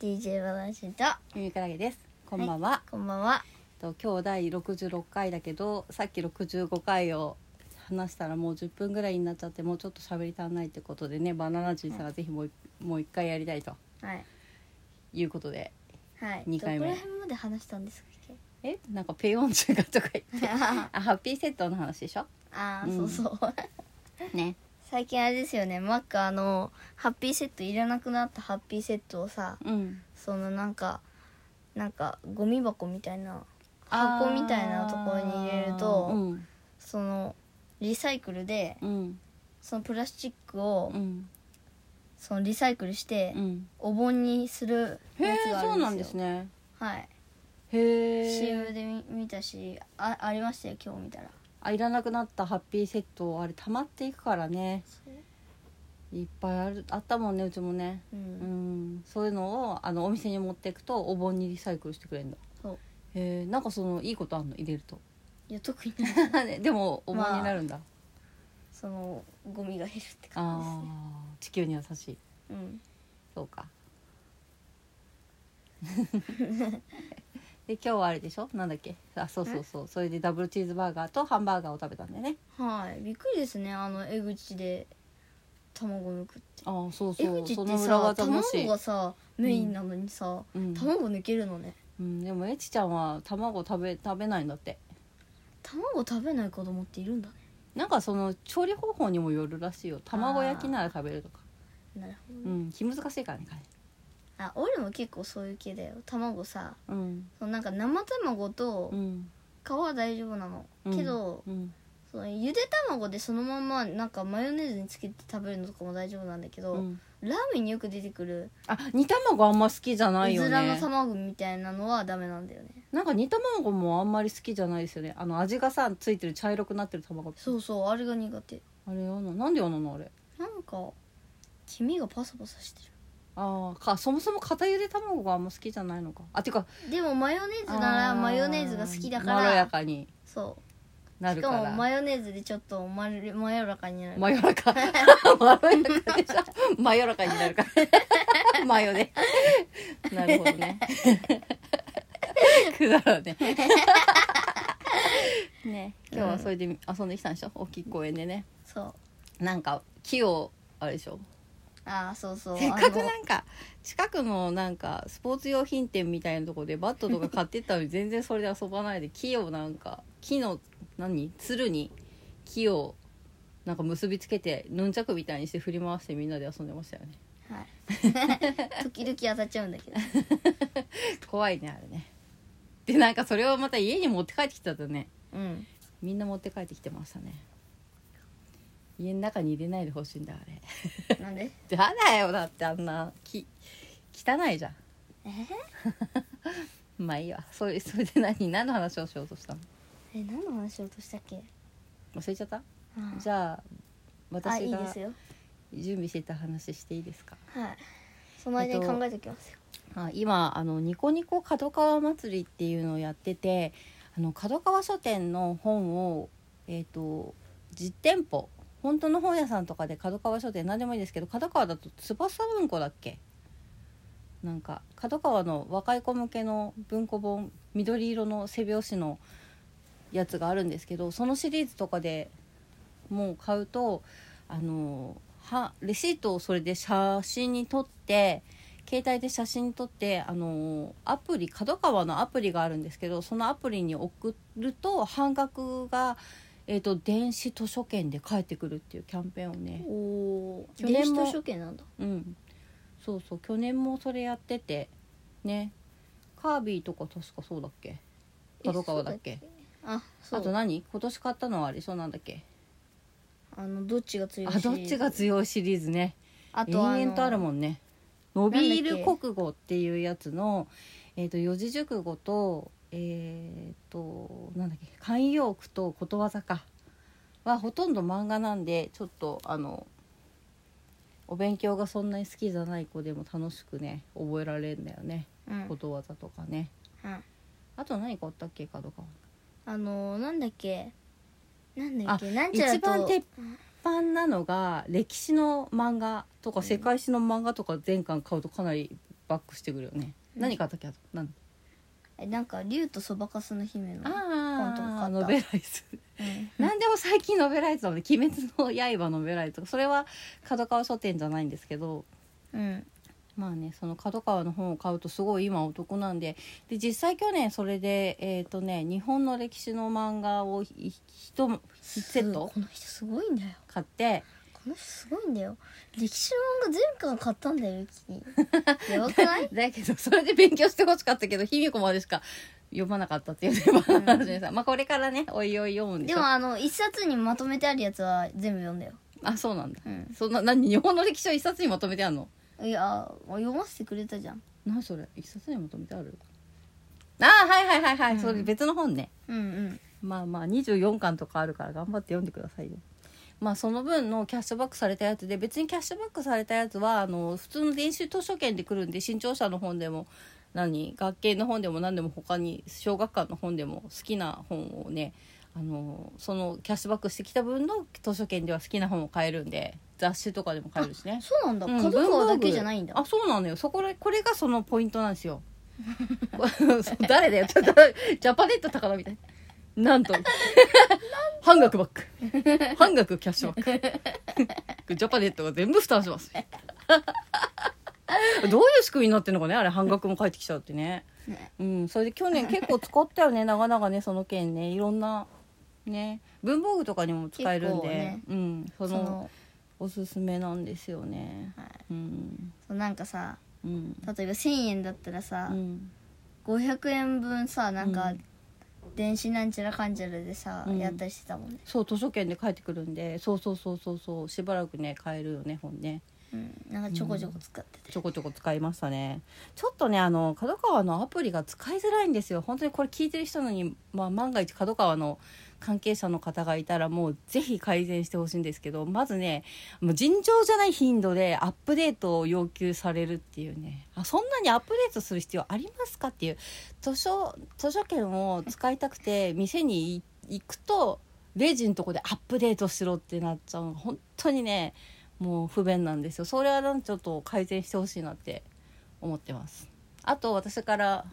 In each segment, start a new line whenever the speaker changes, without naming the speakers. DJ ババシと
ゆみからげです。こんばんは。
こんばんは
えっと今日第66回だけど、さっき65回を話したらもう10分ぐらいになっちゃって、もうちょっと喋り足んないってことでね、バナナ人さんがぜひもう一、もう一回やりたいと
はい
いうことで、
はい
二回目
どこら辺まで話したんですかっ
え、なんかペヨンチュがとか言 って、
けあ
あ、ハッピーセットの話でしょ？
あ、
うん
そうそう
ね。
最近あれですよねマックあのハッピーセットいらなくなったハッピーセットをさ
うん。
そのなんかなんかゴミ箱みたいな箱みたいなところに入れると
あーうん
そのリサイクルで
うん
そのプラスチックを
うん
そのリサイクルして
うん。
お盆にする
へえ
やつ、があるんですよ
そうなんですね。
はい
へえ。
CM で見見たしあありましたよ今日見たら
あいらなくなったハッピーセットあれ溜まっていくからねいっぱいあるあったもんねうちもね
う
うんんそういうのをあのお店に持っていくとお盆にリサイクルしてくれるんだ
そう
へえなんかそのいいことあんの入れると
いや特にな い
でも お盆になるんだ、
そのゴミが減るって
あ
感じですね
ー地球に優しい
うん
そう かで今日はあれでしょなんだっけあそうそうそうそれでダブルチーズバーガーとハンバーガーを食べたんだよね
はいびっくりですねあの江口で卵抜くって
ああそう
江
そう
口
そ
って
の裏
さ
技もし
卵がさメインなのにさ、
うん
卵抜けるのね
うん、でもえちちゃんは卵食べ食べないんだって
卵食べない子供っているんだね
なんかその調理方法にもよるらしいよ卵焼きなら食べるとか
なるほど、
うん気難しいからね
あ俺も結構そういう系だよ卵さ
彼うん
そのなんか生卵と
うん
皮は大丈夫なの、
うん
けど
うん
そのゆで卵でそのままなんかマヨネーズにつけて食べるのとかも大丈夫なんだけど、
うん
ラーメンによく出てくる
あ煮卵あんま好きじゃな
う
いよ
ずらの
ね
卵みたいなのはダメなんだよね
なんか煮卵もあんまり好きじゃないですよねあの味がさついてる茶色くなってる卵
そうそうあれが苦手
あれあのなんであなのあれ
なんか黄身がパサパサして
あーかそもそも片ゆで卵があんま好きじゃないのかあていうか
るでもマヨネーズなら
あー
マヨネーズが好きだか
まろや
ら
かに
そ
な
うし
る
か
か
も
ら
マヨネーズでちょっとまるまろやかになる
真夜 中まろやかでしょ真夜中になるから 真夜ねなるほど ねくだらねね今日はそれで遊んできたんでしょ大きい公園でね
そう
なんか木をあれでしょ
ああそうそう
せっかく
あの
なんか近くのなんかスポーツ用品店みたいなとこでバットとか買ってったのに全然それで遊ばないで木をなんか木の何つるに木をなんか結びつけてヌンチャクみたいにして振り回してみんなで遊んでましたよね
はい 時々当たっちゃうんだけど
怖いねあれねでなんかそれをまた家に持って帰ってきたとね
うん
みんな持って帰ってきてましたね家の中に入れないでほしいんだあれ
なんで
やだよだってあんな木汚いじゃん
え
まあいいわそれそれで何何の話をしようとしたの
え何の話しようとしたっけ
忘れちゃった
あ
じゃあ
あ
私
いい
が
ですよ
準備してた話していいですか
はいその間に考えておきますよ、
あ今あのニコニコ角川祭りっていうのをやっててあの角川書店の本をえっ、と実店舗本当の本屋さんとかで角川書店何でもいいですけど角川だと翼文庫だっけなんか角川の若い子向けの文庫本緑色の背表紙のやつがあるんですけどそのシリーズとかでもう買うとあのはレシートをそれで写真に撮って携帯で写真撮ってあのアプリ角川のアプリがあるんですけどそのアプリに送ると半額が、えー、と電子図書券で返ってくるっていうキャンペーンをね、
おお
去年も
電子図書券なんだ
うん、そうそう去年もそれやっててねカービィとか確かそうだっけ
え
角川だっけ
そうあそ
あと
うあ
何今年買ったのはありそうなんだっけ
のどっちが強い
あ
し
どっちが強いシリーズね
あと
延々とある
ん
もんねノビール
なんだっ
国語っていうやつの、えー、と四字熟語とえっ、となんだっけ慣用句とことわざかはほとんど漫画なんでちょっとあのお勉強がそんなに好きじゃない子でも楽しくね覚えられるんだよね
うん、
ことわざとかね
うん
あと何かあったっけかどうか
あのーなんだっけなんだっけなんちゃらと
一番鉄板なのが歴史の漫画とか世界史の漫画とか全巻買うとかなりバックしてくるよね、
うん
何買ったっけあとなん
えなんか竜とそばかすの姫の、
あ
ー
あノベライズ
うん
何でも最近ノベライズだもんね「鬼滅の刃」ノベライズとかそれは角川書店じゃないんですけど
うん
まあねその角川の本を買うとすごい今お得なんでで実際去年それでえっ、とね日本の歴史の漫画をひひ一一セット
この人すごいんだよ
買って
この人すごいんだよ歴史の漫画全巻買ったんだよユキやばくない
だけどそれで勉強してほしかったけど卑弥呼までしか読まなかったっていうね、
うん
話でさまあこれからねおいおい読むんで
で
しょ
もあの一冊にまとめてあるやつは全部読んだよ
あそうなんだ
うん
そんな何日本の歴史を一冊にまとめてあるの
いや読ませてくれたじゃん
何それ一冊にまとめてあるああはいはいはいはい、
うん
それ別の本ね
うんうん
まあまあ24巻とかあるから頑張って読んでくださいよまあその分のキャッシュバックされたやつで別にキャッシュバックされたやつはあの普通の電子図書券で来るんで新潮社の本でも何学研の本でも何でも他に小学館の本でも好きな本をねあのそのキャッシュバックしてきた分の図書券では好きな本を買えるんで雑誌とかでも買えるしね
そうなんだ
うん
角川だ
文房具
けじゃないんだ
あそうなのよそこでこれがそのポイントなんです よそう誰だよちょっとジャパネット高田みたいなんと半額バック半額キャッシュバックジャパネットが全部負担します どういう仕組みになってんのかねあれ半額も返ってきちゃうってね
ね
うんそれで去年結構使ったよね長々ねその件ねいろんなね文房具とかにも使えるんで、
結構ね
うんそ
そ
の
の
おすすめなんですよね
はい
うん
そうなんかさ
うん
例えば1,000円だったらさ、
うん
500円分さなん
う
か
ん
電子なんちゃらかんちゃらでさ、
うん
やったりしてたもんね、
そう図書券で帰ってくるんでそうそうそうそうそうしばらくね買えるよね本ね
うん、なんかちょこちょこ使ってて、
ちょこちょこ使いましたねちょっとねあの角川のアプリが使いづらいんですよ本当にこれ聞いてる人のに、まあ、万が一角川の関係者の方がいたらもうぜひ改善してほしいんですけどまずねもう尋常じゃない頻度でアップデートを要求されるっていうねあそんなにアップデートする必要ありますかっていう図書図書券を使いたくて店に行くとレジのとこでアップデートしろってなっちゃうの本当にねもう不便なんですよそれはなんかちょっと改善してほしいなって思ってますあと私から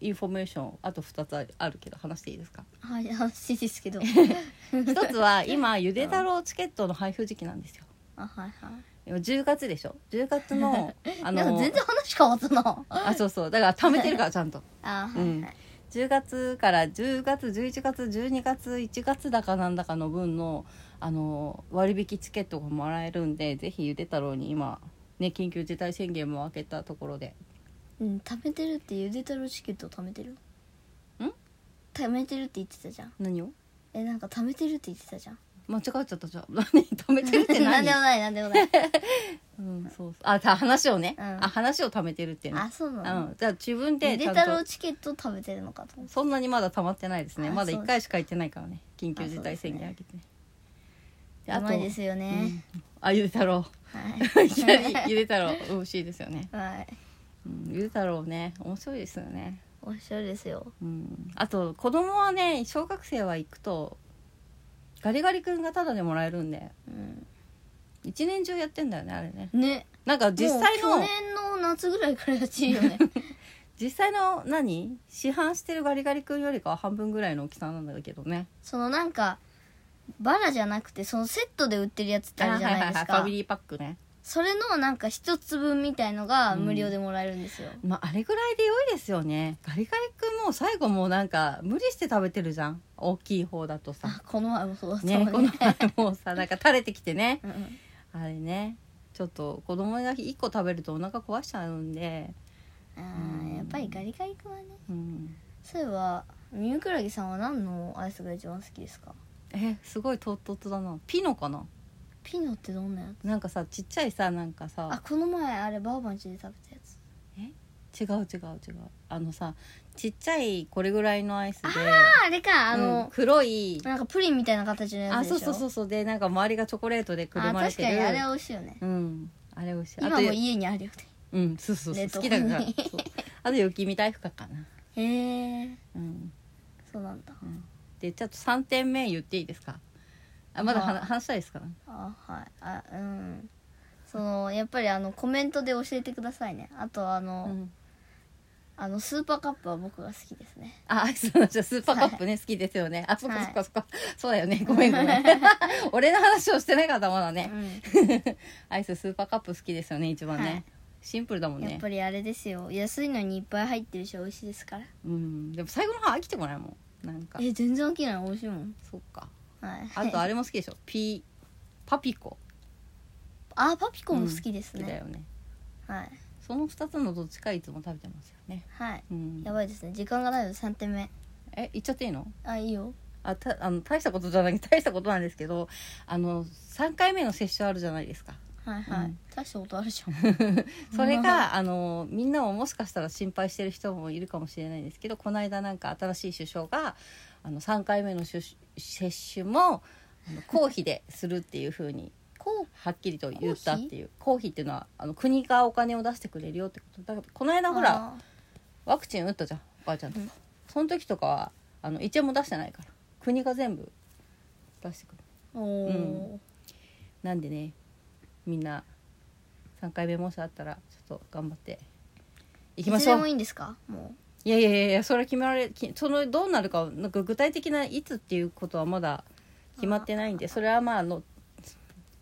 インフォメーションあと2つあるけど話していいです か
はい話いいです けど
一つは今ゆで太郎チケットの配布時期なんですよ
あはいはい
今10月でしょ10月 のあの
なんか全然話変わった なあ
あそうそうだから貯めてるからちゃんと
はいはい、
うん10月から10月11月12月1月だかなんだかの分のあの割引チケットがもらえるんでぜひゆで太郎に今、ね、緊急事態宣言も明けたところで
うん貯めてるってゆで太郎チケット貯めてる
ん
貯めてるって言ってたじゃん
何を
えなんか貯めてるって言ってたじゃん
間違っちゃったじゃん 何貯めてるって
な
何
んでもないなんでもない
うん、そうそうあた話をね、
うん
あ話を貯めてるってね
あそう
う
なの、
ん、じゃあ自分で
ゆ
ち
で
ゃん
太郎
と
チケット貯めてるのかと思って
そんなにまだ溜まってないですね
あ
まだ
そう
1回しか行ってないからね緊急
あ
事態宣言明けてねで
うまいですよね、
うんあゆで太郎
はい
いきなりゆで太郎美味しいですよね
はい
うんゆで太郎ね面白いですよね、
面白いですよ
うん、あと子供はね小学生は行くとガリガリ君がタダでもらえるんで
うん
一年中やってんだよねあれね
ね
なんか実際
もう去
の
年の夏ぐらいからやってるよ ね
実際の何市販してるガリガリ君よりかは半分ぐらいの大きさなんだけどね
そのなんかバラじゃなくてそのセットで売ってるやつってあるじゃないで
あ
す
はいはいはいファ
か
ミリーパックね
それのなんか一つ分みたいのが無料でもらえるんですよ、
まああれぐらいで良いですよねガリガリ君も最後もうなんか無理して食べてるじゃん大きい方だとさ
あこの前もそうだった
ね
もんね
この前もうさなんか垂れてきてね
うんうん
あれねちょっと子供が1個食べるとお腹壊しちゃうんで、
あーやっぱりガリガリ君はね
うん、
そういえばミムクラゲさんは何のアイスが一番好きですか
えすごい唐突だなピノかな
ピノってどんなやつ
なんかさちっちゃいさなんか
あ
さ
この前あれバーバンチで食べたやつ
違う違う違うあのさちっちゃいこれぐらいのアイスで
ああれかあ
うん
の、
黒い
なんかプリンみたいな形のや
あ
つ
そう
でし
そう
ょ
そううそうでなんか周りがチョコレートでくるまれ
確
て
かに
る
あれ美味しいよね
うんあれ美味しいあと
今も
よ
家にあるよね
うんそうそうそう
冷凍
好
庫
きだから
に
そうあと雪見大福かな
へえ
うん
そうなんだ
でちょっと3点目言っていいですかあまだは
は
話したいですか
あはいあうんそのやっぱりあのコメントで教えてくださいねあとあの,、
うん
あのスーパーカップは僕が好きですね
あ、そうなんですよスーパーカップね、好きですよね。あ、そっか
はい
そっかそっか。そうだよね。ごめんごめ ん。俺の話をしてなかったものね。アイススーパーカップ好きですよね、一番ね。
はい
シンプルだも
うんん、やっ
ね。
ぱりあれですよ安いのにいっぱい入ってるし美味しいですから
うん。でも最後の方飽きてこないもん。なんか。
え全然飽きない美味しいもん
そっか。
はい
あとあ
れ
れも好きでしょ。ピパピコ。
あパピコも好きです
好きだ
ね、
よね。
はい
その二つのどっちかいつも食べてますよね。
はい
うん
や。ばいですね時間がないので3点目
え、言っちゃっていいの
あいいよ
あたあの大したことじゃない 大したことなんですけどあの3回目の接種あるじゃないですか
はいはい、
うん
大したことあるじ ゃん
それ があのみんなももしかしたら心配してる人もいるかもしれないんですけどこの間なんか新しい首相があの3回目の接種接種もあの公費でするっていうふうに
こ
はっきりと言ったっていう公費っていうのはあの国がお金を出してくれるよってことだからこの
う
間ほら
あ
ワクチン打ったじゃんおばあちゃんとか、
うん
その時とかはあの1円も出してないから国が全部出してくる。
ーおー、
うんなんでねみんな3回目もしあったらちょっと頑張っていきましょ
いつでも
うい
いいんですかも
やいやいやいやそれは決められきそのどうなるかはなんか具体的ないつっていうことはまだ決まってないんでそれはまああの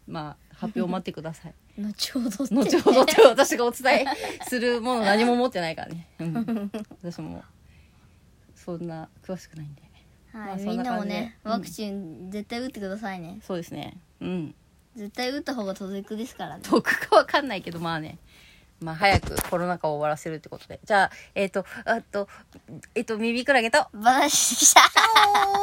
まあ発表を待ってください
う後ほどって
後ほどって私がお 伝えするもの何も持ってないからね、うん、私もそんな詳しくないんで
はい、
まあそんな
みんなも
感じ
ね、
でうん
ワクチン絶対打ってくださいね
そうですねうん
絶対打った方が届くですからね
遠くかわかんないけど、まあね。まあ早くコロナ禍を終わらせるってことで。じゃあ、えっ、と、あと、えっ、と、耳くらげと、
話でした